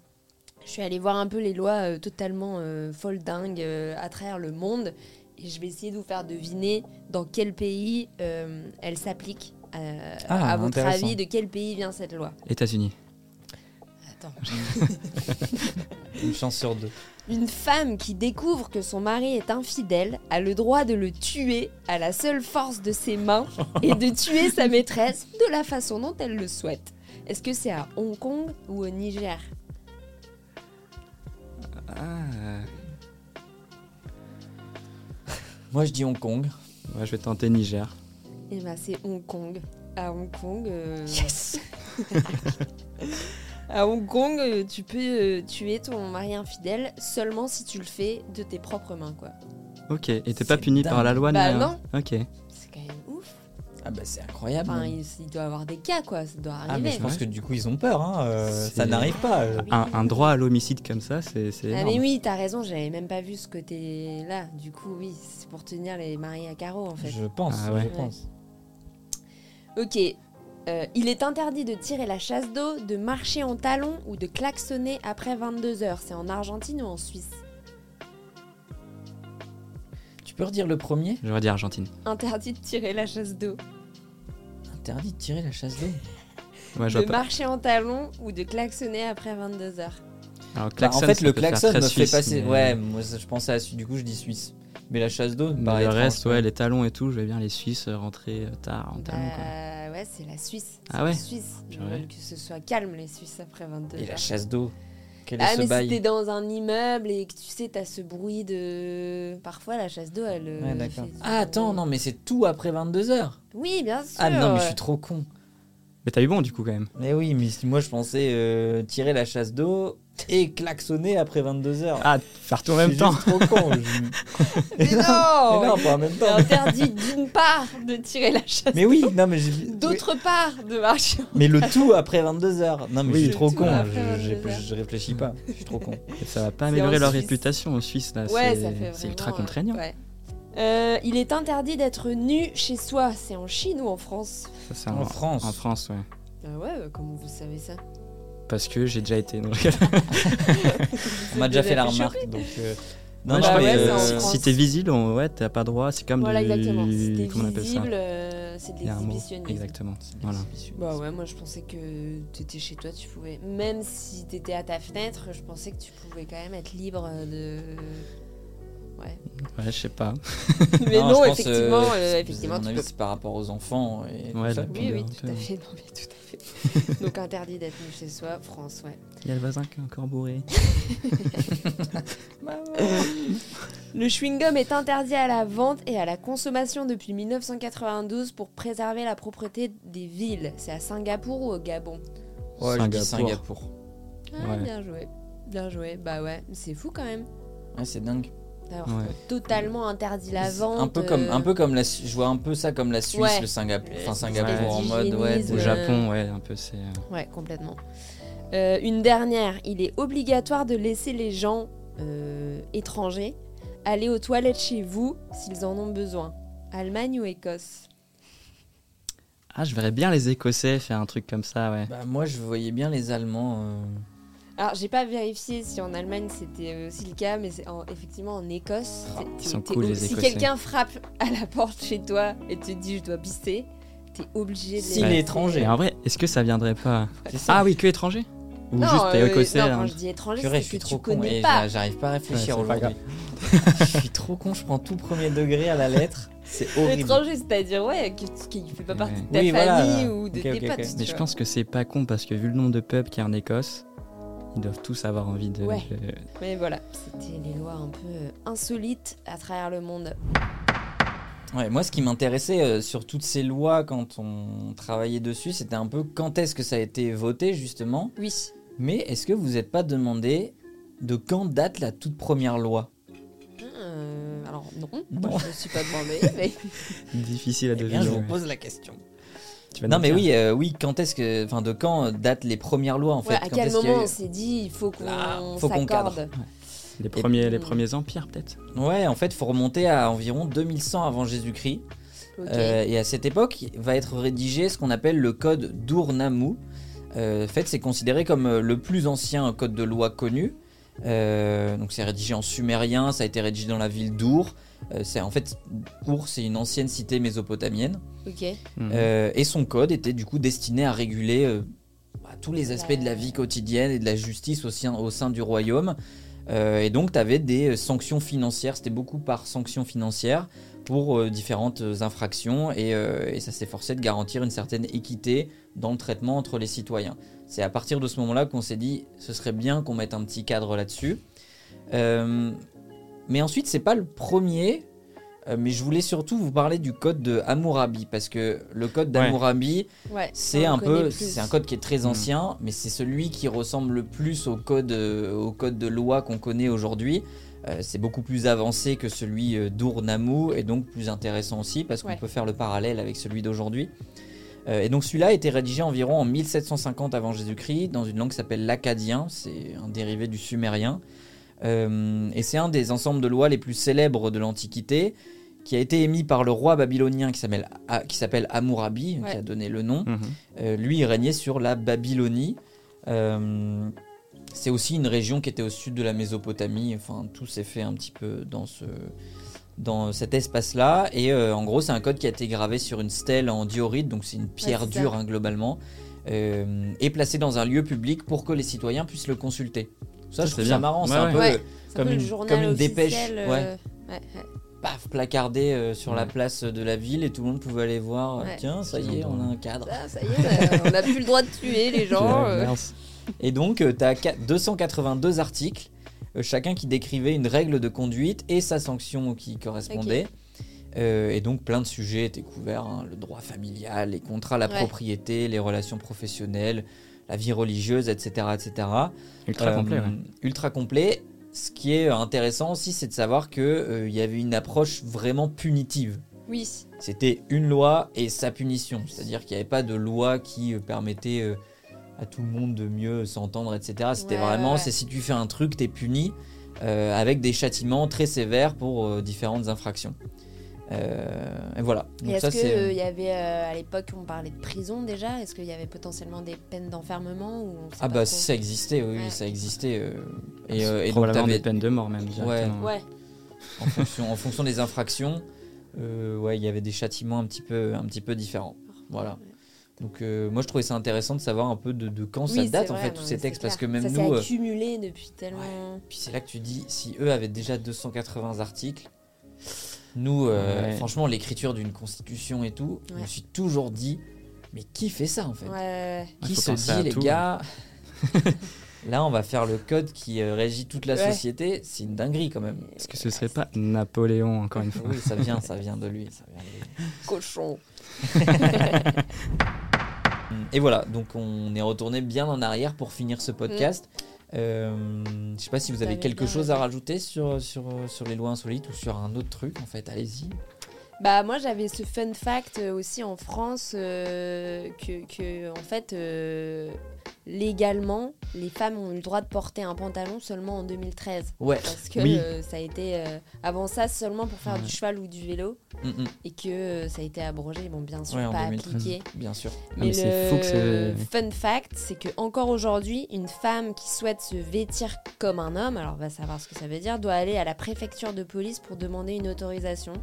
Speaker 3: je suis allée voir un peu les lois euh, totalement euh, folles dingues euh, à travers le monde. Et je vais essayer de vous faire deviner dans quel pays euh, elle s'applique. euh,
Speaker 1: Ah,
Speaker 3: à votre
Speaker 1: intéressant.
Speaker 3: avis, de quel pays vient cette loi
Speaker 4: États-Unis.
Speaker 3: Attends.
Speaker 1: Une chance sur deux.
Speaker 3: Une femme qui découvre que son mari est infidèle a le droit de le tuer à la seule force de ses mains et de tuer sa maîtresse de la façon dont elle le souhaite. Est-ce que c'est à Hong Kong ou au Niger
Speaker 4: Ah, euh,
Speaker 1: Moi je dis Hong Kong.
Speaker 4: ouais, je vais tenter Niger.
Speaker 3: Eh ben, c'est Hong Kong. À Hong Kong. euh,
Speaker 1: Yes
Speaker 3: À Hong Kong, euh, tu peux euh, tuer ton mari infidèle seulement si tu le fais de tes propres mains, quoi.
Speaker 4: Ok, et t'es pas
Speaker 1: C'est
Speaker 4: puni par
Speaker 1: dingue.
Speaker 4: la loi
Speaker 3: Bah
Speaker 4: ni rien
Speaker 3: non.
Speaker 4: Ok.
Speaker 3: C'est quand même ouf.
Speaker 1: Ah bah c'est incroyable.
Speaker 3: Enfin, il, il doit y avoir des cas, quoi. Ça doit
Speaker 1: Ah mais
Speaker 3: arriver.
Speaker 1: je pense
Speaker 4: Ouais.
Speaker 1: que du coup ils ont peur, hein, euh,
Speaker 4: C'est-
Speaker 1: ça n'arrive pas. euh.
Speaker 4: Un, un droit à l'homicide comme ça, c'est c'est
Speaker 3: Ah,
Speaker 4: énorme.
Speaker 3: mais oui, t'as raison, j'avais même pas vu ce côté là. Du coup, oui, c'est pour tenir les mariés à carreau, en fait.
Speaker 1: Je pense,
Speaker 4: Ah ouais.
Speaker 1: je pense.
Speaker 3: Ok. Euh, il est interdit de tirer la chasse d'eau, de marcher en talons ou de klaxonner après 22 heures. C'est en Argentine ou en Suisse
Speaker 1: Tu peux redire le premier
Speaker 4: J'aurais dit Argentine.
Speaker 3: Interdit de tirer la chasse d'eau,
Speaker 1: Interdit de tirer la chasse d'eau.
Speaker 4: Ouais, Ah, je
Speaker 3: de
Speaker 4: vois pas.
Speaker 3: marcher en talons ou de klaxonner après 22 heures.
Speaker 4: Alors,
Speaker 1: Bah,
Speaker 4: klaxon,
Speaker 1: en fait
Speaker 4: ça
Speaker 1: le
Speaker 4: peut faire
Speaker 1: klaxon
Speaker 4: très
Speaker 1: me fait
Speaker 4: suisse,
Speaker 1: passer.
Speaker 4: mais-
Speaker 1: Ouais, bah, moi ça- je pensais à Suisse, du coup je dis Suisse. Mais la chasse d'eau,
Speaker 4: mais
Speaker 1: pareil.
Speaker 4: euh, le reste, ouais, les talons et tout, je vais bien les Suisses euh, rentrer euh, tard en talons. quoi.
Speaker 3: Bah, ouais, c'est la Suisse.
Speaker 4: Ah
Speaker 3: C'est
Speaker 4: ouais
Speaker 3: la Suisse. Je
Speaker 4: Purée.
Speaker 3: veux que ce soit calme les Suisses après 22
Speaker 1: Et
Speaker 3: heures.
Speaker 1: la chasse d'eau. Quel
Speaker 3: Ah
Speaker 1: est
Speaker 3: mais
Speaker 1: ce
Speaker 3: si
Speaker 1: bail
Speaker 3: t'es dans un immeuble et que tu sais t'as ce bruit de... Parfois la chasse d'eau elle... euh,
Speaker 1: Ouais, d'accord.
Speaker 3: fait du
Speaker 1: Ah attends,
Speaker 3: bruit.
Speaker 1: non mais c'est tout après 22h.
Speaker 3: Oui bien sûr.
Speaker 1: Ah non mais je suis trop con.
Speaker 4: Mais t'as eu bon du coup quand même.
Speaker 1: Mais oui, mais si- moi je pensais euh, tirer la chasse d'eau et klaxonner après 22h.
Speaker 4: Ah, faire tout en même temps.
Speaker 1: trop con. je-
Speaker 3: Mais
Speaker 1: Mais
Speaker 3: non
Speaker 1: Mais non, pas en même
Speaker 3: C'est
Speaker 1: temps.
Speaker 3: interdit d'une part de tirer la chasse
Speaker 1: Mais oui, non mais j'ai
Speaker 3: d'autre part de marcher.
Speaker 1: Mais le tout après 22h. Non, mais
Speaker 4: Oui,
Speaker 1: je suis
Speaker 4: le
Speaker 1: trop
Speaker 3: tout
Speaker 1: con.
Speaker 3: après
Speaker 1: Je, je-
Speaker 3: 22 heures.
Speaker 1: je réfléchis pas. Je suis trop con.
Speaker 4: Et Ça va pas
Speaker 3: C'est
Speaker 4: améliorer
Speaker 3: en
Speaker 4: leur
Speaker 3: Suisse.
Speaker 4: réputation en Suisse là.
Speaker 3: Ouais,
Speaker 4: Ah, c'est-
Speaker 3: ça fait
Speaker 4: C'est ultra
Speaker 3: vraiment, euh,
Speaker 4: contraignant.
Speaker 3: ouais. Euh, il est interdit d'être nu chez soi. C'est en Chine ou en France
Speaker 4: Ça, c'est
Speaker 1: En France.
Speaker 4: En France, ouais.
Speaker 3: Ah ouais, euh, comment vous savez ça
Speaker 4: Parce que j'ai déjà été. Donc,
Speaker 1: On m'a déjà
Speaker 3: Vous
Speaker 1: fait la
Speaker 3: avez fait
Speaker 1: remarque. Donc, euh,
Speaker 4: Non,
Speaker 1: non,
Speaker 4: non,
Speaker 3: Bah
Speaker 4: mais
Speaker 3: ouais,
Speaker 4: euh,
Speaker 3: c'est en
Speaker 4: si-
Speaker 3: France.
Speaker 4: si t'es visible, on- ouais, t'as pas droit. C'est comme
Speaker 3: Voilà,
Speaker 4: du-
Speaker 3: exactement. C'était
Speaker 4: Comment on appelle ça
Speaker 3: visible, euh, c'est de
Speaker 4: Il y a un mot.
Speaker 3: l'exhibitionnisme.
Speaker 4: Exactement. Voilà.
Speaker 3: Bah ouais, moi je pensais que t'étais chez toi, tu pouvais. Même si t'étais à ta fenêtre, je pensais que tu pouvais quand même être libre de.
Speaker 4: Ouais, je sais pas.
Speaker 3: Mais non,
Speaker 1: je pense,
Speaker 3: effectivement,
Speaker 1: euh,
Speaker 3: euh,
Speaker 1: c'est- à
Speaker 3: effectivement,
Speaker 1: mon
Speaker 3: tu
Speaker 1: avis,
Speaker 3: peux.
Speaker 1: c'est par rapport aux enfants. Et
Speaker 4: Ouais,
Speaker 1: tout ça.
Speaker 4: d'accord.
Speaker 3: Oui, oui,
Speaker 4: Bon,
Speaker 3: tout à
Speaker 4: ben,
Speaker 3: fait. Non, mais tout à fait. Donc interdit d'être nu chez soi, France, ouais.
Speaker 4: Il y a le voisin qui est encore bourré.
Speaker 3: Le chewing-gum est interdit à la vente et à la consommation depuis 1992 pour préserver la propreté des villes. C'est à Singapour ou au Gabon
Speaker 1: Ouais, je dis
Speaker 4: Singapour.
Speaker 1: Singapour.
Speaker 3: Ah,
Speaker 4: Ouais.
Speaker 3: bien joué. Bien joué. Bah ouais, c'est fou quand même
Speaker 1: Ouais, c'est dingue.
Speaker 3: d'avoir
Speaker 4: Ouais.
Speaker 3: totalement interdit la
Speaker 1: C'est
Speaker 3: vente. euh,
Speaker 1: Un peu comme, un peu comme la, Su- je vois un peu ça comme la Suisse,
Speaker 3: Ouais. Euh,
Speaker 1: le Singapour, enfin
Speaker 3: Ouais.
Speaker 1: Singapour en
Speaker 3: Ouais.
Speaker 1: mode, ouais,
Speaker 3: Hygiénisme.
Speaker 4: Au
Speaker 1: de-
Speaker 4: Japon, ouais, un peu. C'est. euh,
Speaker 3: euh, Ouais, complètement. Euh, une dernière, il est obligatoire de laisser les gens euh, étrangers aller aux toilettes chez vous s'ils en ont besoin. Allemagne ou Écosse
Speaker 4: Ah, je verrais bien les Écossais faire un truc comme ça, ouais.
Speaker 1: Bah, moi, je voyais bien les Allemands. euh,
Speaker 3: Alors, j'ai pas vérifié si en Allemagne c'était aussi le cas, mais c'est en- effectivement en Écosse.
Speaker 1: Ah,
Speaker 3: t'es-
Speaker 4: ils
Speaker 3: t'es-
Speaker 4: sont
Speaker 3: t'es
Speaker 4: cool,
Speaker 3: ob-
Speaker 4: les
Speaker 3: si
Speaker 4: Écossais.
Speaker 3: quelqu'un frappe à la porte chez toi et te dit je dois pisser, t'es obligé de.
Speaker 1: S'il
Speaker 3: les-
Speaker 1: est étranger.
Speaker 4: Et en vrai, est-ce que ça viendrait pas
Speaker 1: c'est ça.
Speaker 4: Ah oui, que étranger Ou
Speaker 3: Non,
Speaker 4: juste
Speaker 3: euh,
Speaker 4: écossais
Speaker 3: non,
Speaker 4: hein.
Speaker 3: quand je dis étranger,
Speaker 1: Purée, je
Speaker 3: c'est
Speaker 1: suis
Speaker 3: que tu
Speaker 1: trop con
Speaker 3: connais
Speaker 1: et j'a-
Speaker 3: pas.
Speaker 1: j'arrive pas à réfléchir
Speaker 4: Ouais, c'est pas
Speaker 1: aujourd'hui. je suis trop con, je prends tout premier degré à la lettre. C'est horrible.
Speaker 3: Étranger, c'est-à-dire ouais, que tu- qui fait pas partie de ta
Speaker 1: Oui, voilà.
Speaker 3: famille ou de
Speaker 1: Ok,
Speaker 3: tes
Speaker 1: ok,
Speaker 3: potes.
Speaker 1: ok.
Speaker 3: tu
Speaker 4: Mais je
Speaker 3: vois.
Speaker 4: pense que c'est pas con parce que vu le nombre de pubs qu'il y a en Écosse, ils doivent tous avoir envie de.
Speaker 3: Ouais.
Speaker 4: de-
Speaker 3: Mais voilà, c'était les lois un peu euh, insolites à travers le monde.
Speaker 1: Ouais, moi, ce qui m'intéressait euh, sur toutes ces lois quand on travaillait dessus, c'était un peu quand est-ce que ça a été voté, justement.
Speaker 3: Oui.
Speaker 1: Mais est-ce que vous n'êtes pas demandé de quand date la toute première loi
Speaker 3: Euh, alors non,
Speaker 1: Non.
Speaker 3: je ne suis pas demandé, mais
Speaker 4: Difficile à
Speaker 1: Eh
Speaker 4: deviner.
Speaker 1: bien, je vous
Speaker 4: ouais.
Speaker 1: pose la question.
Speaker 4: Tu vas
Speaker 1: Non,
Speaker 4: nous
Speaker 1: mais
Speaker 4: dire.
Speaker 1: oui, euh, oui, quand est-ce que. Enfin, de quand euh, datent les premières lois, en fait
Speaker 3: Ouais, à
Speaker 1: Quand
Speaker 3: quel
Speaker 1: est-ce qu'il y a
Speaker 3: moment on
Speaker 1: eu-
Speaker 3: s'est dit il faut qu'on
Speaker 1: Là, faut qu'on cadre.
Speaker 3: s'accorde
Speaker 4: Les premiers, les
Speaker 3: Hmm.
Speaker 4: premiers empires, peut-être
Speaker 1: Ouais, en fait, faut remonter à environ 2100 avant Jésus-Christ.
Speaker 3: Ok.
Speaker 1: Euh, et à cette époque, va être rédigé ce qu'on appelle le code d'Ournamu. Euh, en fait, c'est considéré comme euh, le plus ancien code de loi connu. Euh, donc, c'est rédigé en sumérien, ça a été rédigé dans la ville d'Our. Euh, c'est- en fait, Our, c'est une ancienne cité mésopotamienne.
Speaker 3: Ok.
Speaker 4: Hmm.
Speaker 1: Euh, et son code était du coup destiné à réguler euh, bah, tous les aspects de la
Speaker 3: La-
Speaker 1: vie quotidienne et de la justice au sein, au sein du royaume. Euh, et donc, tu avais des euh, sanctions financières, c'était beaucoup par sanctions financières pour euh, différentes euh, infractions, et, euh, et ça s'efforçait de garantir une certaine équité dans le traitement entre les citoyens. C'est à partir de ce moment-là qu'on s'est dit, ce serait bien qu'on mette un petit cadre là-dessus. Euh, mais ensuite, c'est pas le premier. euh, mais je voulais surtout vous parler du code de Hammurabi parce que le code
Speaker 4: Ouais.
Speaker 1: d'Hammurabi,
Speaker 3: Ouais.
Speaker 1: c'est
Speaker 3: on
Speaker 1: un
Speaker 3: connaît
Speaker 1: peu,
Speaker 3: plus.
Speaker 1: c'est un code qui est très ancien, mais c'est celui qui ressemble le plus au code, euh, au code de loi qu'on connaît aujourd'hui. Euh, c'est beaucoup plus avancé que celui euh, d'Ournamou et donc plus intéressant aussi parce
Speaker 3: Ouais.
Speaker 1: qu'on peut faire le parallèle avec celui d'aujourd'hui. Euh, et donc celui-là a été rédigé environ en 1750 avant Jésus-Christ dans une langue qui s'appelle l'akkadien, c'est un dérivé du sumérien. Euh, et c'est un des ensembles de lois les plus célèbres de l'Antiquité qui a été émis par le roi babylonien qui s'appelle A- qui s'appelle Hammurabi,
Speaker 3: Ouais.
Speaker 1: qui a donné le nom.
Speaker 4: Mhm.
Speaker 1: Euh, lui, il régnait sur la Babylonie. Euh, c'est aussi une région qui était au sud de la Mésopotamie. Enfin, tout s'est fait un petit peu dans ce dans cet espace-là. Et euh, en gros, c'est un code qui a été gravé sur une stèle en diorite, donc c'est une pierre
Speaker 3: c'est ça.
Speaker 1: dure hein, globalement, euh, et placé dans un lieu public pour que les citoyens puissent le consulter. Ça,
Speaker 4: Ça,
Speaker 1: je
Speaker 4: c'est
Speaker 1: trouve ça
Speaker 4: bien.
Speaker 1: marrant. c'est
Speaker 4: Ouais,
Speaker 1: un
Speaker 4: ouais.
Speaker 1: peu
Speaker 3: Ouais.
Speaker 1: euh,
Speaker 3: C'est un
Speaker 1: Comme
Speaker 3: peu le
Speaker 1: une-
Speaker 3: journal
Speaker 1: comme une dépêche,
Speaker 3: officiel, euh,
Speaker 1: ouais.
Speaker 3: ouais, ouais.
Speaker 1: paf, placardé euh, sur la
Speaker 4: Ouais.
Speaker 1: place de la ville, et tout le monde pouvait aller voir. euh,
Speaker 3: Ouais.
Speaker 1: Tiens, ça y est, on a un cadre.
Speaker 3: Ah, ça y est, on a- on n'a plus le droit de tuer les gens. euh.
Speaker 4: Mince.
Speaker 1: Et donc, euh, tu as 282 articles, euh, chacun qui décrivait une règle de conduite et sa sanction qui correspondait. Euh, et donc, plein de sujets étaient couverts hein, le droit familial, les contrats, la
Speaker 3: Ouais.
Speaker 1: propriété, les relations professionnelles, la vie religieuse, etc. etc.
Speaker 4: Ultra
Speaker 1: Euh,
Speaker 4: complet, ouais.
Speaker 1: Ultra complet. Ce qui est intéressant aussi, c'est de savoir qu'il y avait une approche vraiment punitive.
Speaker 3: Oui,
Speaker 1: C'était une loi et sa punition. C'est-à-dire qu'il n'y avait pas de loi qui euh, permettait euh, à tout le monde de mieux s'entendre, etc. C'était
Speaker 3: Ouais,
Speaker 1: vraiment,
Speaker 3: ouais, ouais.
Speaker 1: c'est si tu fais un truc, t'es puni euh, avec des châtiments très sévères pour euh, différentes infractions. Euh, et voilà.
Speaker 3: Et
Speaker 1: Donc ça,
Speaker 3: est-ce qu'il
Speaker 1: c'est.
Speaker 3: y avait, euh, à l'époque, on parlait de prison déjà Est-ce qu'il y avait potentiellement des peines d'enfermement ou on sait
Speaker 1: Ah
Speaker 3: pas
Speaker 1: bah
Speaker 3: trop
Speaker 1: si ça existait, oui, oui,
Speaker 3: Ouais.
Speaker 1: ça existait. euh, et euh, et donc
Speaker 4: Ah, Probablement
Speaker 1: t'avais-
Speaker 4: des peines de mort, même. directement.
Speaker 3: Ouais,
Speaker 1: en fonction, en fonction des infractions, euh, ouais, il y avait des châtiments un petit peu, un petit peu différents. Voilà. Donc euh, moi je trouvais ça intéressant de savoir un peu de, de quand ça
Speaker 3: Oui,
Speaker 1: date
Speaker 3: c'est
Speaker 1: en
Speaker 3: vrai,
Speaker 1: fait
Speaker 3: non,
Speaker 1: tous
Speaker 3: mais
Speaker 1: ces
Speaker 3: c'est
Speaker 1: textes parce que même
Speaker 3: clair. ça
Speaker 1: nous,
Speaker 3: s'est
Speaker 1: euh,
Speaker 3: accumulé depuis tellement.
Speaker 1: puis c'est là que tu dis si eux avaient déjà 280 articles, nous euh,
Speaker 4: Ouais.
Speaker 1: franchement l'écriture d'une constitution et tout, je me
Speaker 3: Ouais.
Speaker 1: suis toujours dit mais qui fait ça en fait
Speaker 3: Ouais, ouais, ouais.
Speaker 1: Qui
Speaker 4: Faut
Speaker 1: se
Speaker 4: penser à
Speaker 1: dit les
Speaker 4: tout.
Speaker 1: gars Là on va faire le code qui euh, régit toute la
Speaker 3: Ouais.
Speaker 1: société, c'est une dinguerie quand même.
Speaker 4: Est-ce que ce serait pas Napoléon, encore une fois
Speaker 1: Oui, ça vient, ça vient de lui. ça vient de lui.
Speaker 3: cochon.
Speaker 1: Hum, Et voilà, donc on est retourné bien en arrière pour finir ce podcast. Euh, je sais pas si vous avez
Speaker 3: Mm. T'avais
Speaker 1: quelque
Speaker 3: bien
Speaker 1: chose à
Speaker 3: raison.
Speaker 1: rajouter sur, sur, sur les lois insolites ou sur un autre truc en fait, allez-y.
Speaker 3: Bah moi j'avais ce fun fact euh, aussi en France euh, que, que, en fait euh, légalement les femmes ont eu le droit de porter un pantalon seulement en 2013
Speaker 1: Ouais.
Speaker 3: parce que
Speaker 4: Oui.
Speaker 3: euh, ça a été euh, avant ça seulement pour faire
Speaker 4: Ouais.
Speaker 3: du cheval ou du vélo
Speaker 1: Mm, mm.
Speaker 3: et que euh, ça a été abrogé bon bien sûr
Speaker 1: Ouais, en
Speaker 3: pas
Speaker 1: 2013.
Speaker 3: appliqué
Speaker 1: Bien sûr.
Speaker 4: Ah, mais c'est fou que
Speaker 3: le
Speaker 4: c'est-
Speaker 3: fun fact c'est que encore aujourd'hui une femme qui souhaite se vêtir comme un homme alors on va savoir ce que ça veut dire doit aller à la préfecture de police pour demander une autorisation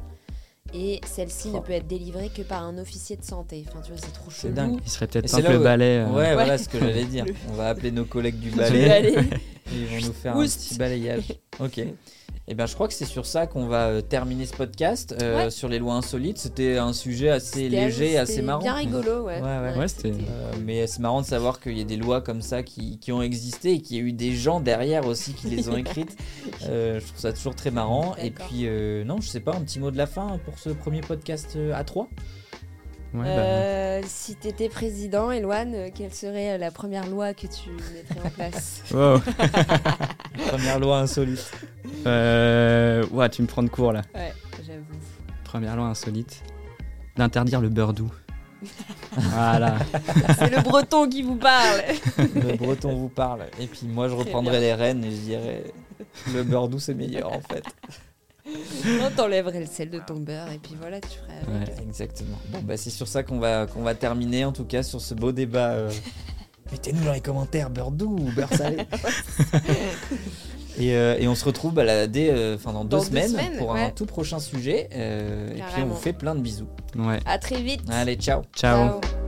Speaker 3: et celle-ci ne
Speaker 1: Oh.
Speaker 3: peut être délivrée que par un officier de santé enfin tu vois c'est trop
Speaker 1: C'est
Speaker 3: chelou
Speaker 1: dingue.
Speaker 4: Il serait
Speaker 1: Et
Speaker 4: peut-être
Speaker 1: c'est
Speaker 4: un
Speaker 1: là
Speaker 4: peu
Speaker 1: où-
Speaker 4: balai.
Speaker 1: Ouais,
Speaker 4: euh,
Speaker 1: voilà ce que j'allais dire. On va appeler nos collègues du
Speaker 3: Tu veux
Speaker 1: balai
Speaker 3: aller
Speaker 1: et ils vont nous faire un
Speaker 3: Oust.
Speaker 1: petit balayage. Ok. Et bien je crois que c'est sur ça qu'on va euh, terminer ce podcast euh,
Speaker 3: Ouais.
Speaker 1: sur les lois insolites. C'était un sujet assez
Speaker 3: C'était-
Speaker 1: léger, assez
Speaker 3: c'était
Speaker 1: marrant.
Speaker 3: bien rigolo ouais
Speaker 1: Ouais, ouais.
Speaker 4: Ouais, c'était-
Speaker 1: Euh, mais c'est marrant de savoir qu'il y a des lois comme ça qui, qui ont existé et qu'il y a eu des gens derrière aussi qui les ont écrites. Euh, je trouve ça toujours très marrant. Et
Speaker 3: D'accord.
Speaker 1: puis, euh, non, je sais pas, un petit mot de la fin pour ce premier podcast euh, à 3
Speaker 4: ouais, bah,
Speaker 3: Euh, si t'étais président, Eloane, euh, quelle serait euh, la première loi que tu mettrais en place
Speaker 4: bah, wow.
Speaker 1: Première loi insolite.
Speaker 4: Euh, ouais, tu me prends de court là.
Speaker 3: Ouais, j'avoue.
Speaker 4: Première loi insolite d'interdire le beurre doux. voilà.
Speaker 3: C'est le breton qui vous parle
Speaker 1: le breton vous parle. Et puis moi, je reprendrai
Speaker 3: bien.
Speaker 1: les rênes et je dirais le beurre doux, c'est meilleur en fait.
Speaker 3: Non, t'enlèverais le sel de ton beurre et puis voilà, tu ferais avec.
Speaker 4: Ouais.
Speaker 1: Exactement. Bon, bah, c'est sur ça qu'on va, qu'on va terminer en tout cas sur ce beau débat. euh. Mettez-nous dans les commentaires beurre doux ou beurre salé. et, euh, et on se retrouve bah, là, dès, euh, enfin, dans, deux
Speaker 3: deux
Speaker 1: semaines,
Speaker 3: semaines,
Speaker 1: pour un
Speaker 3: ouais.
Speaker 1: tout prochain sujet. euh, et puis on
Speaker 3: Carrément.
Speaker 1: vous fait plein de bisous.
Speaker 4: Ouais.
Speaker 3: À très vite.
Speaker 1: Allez, ciao.
Speaker 4: Ciao.
Speaker 3: Ciao.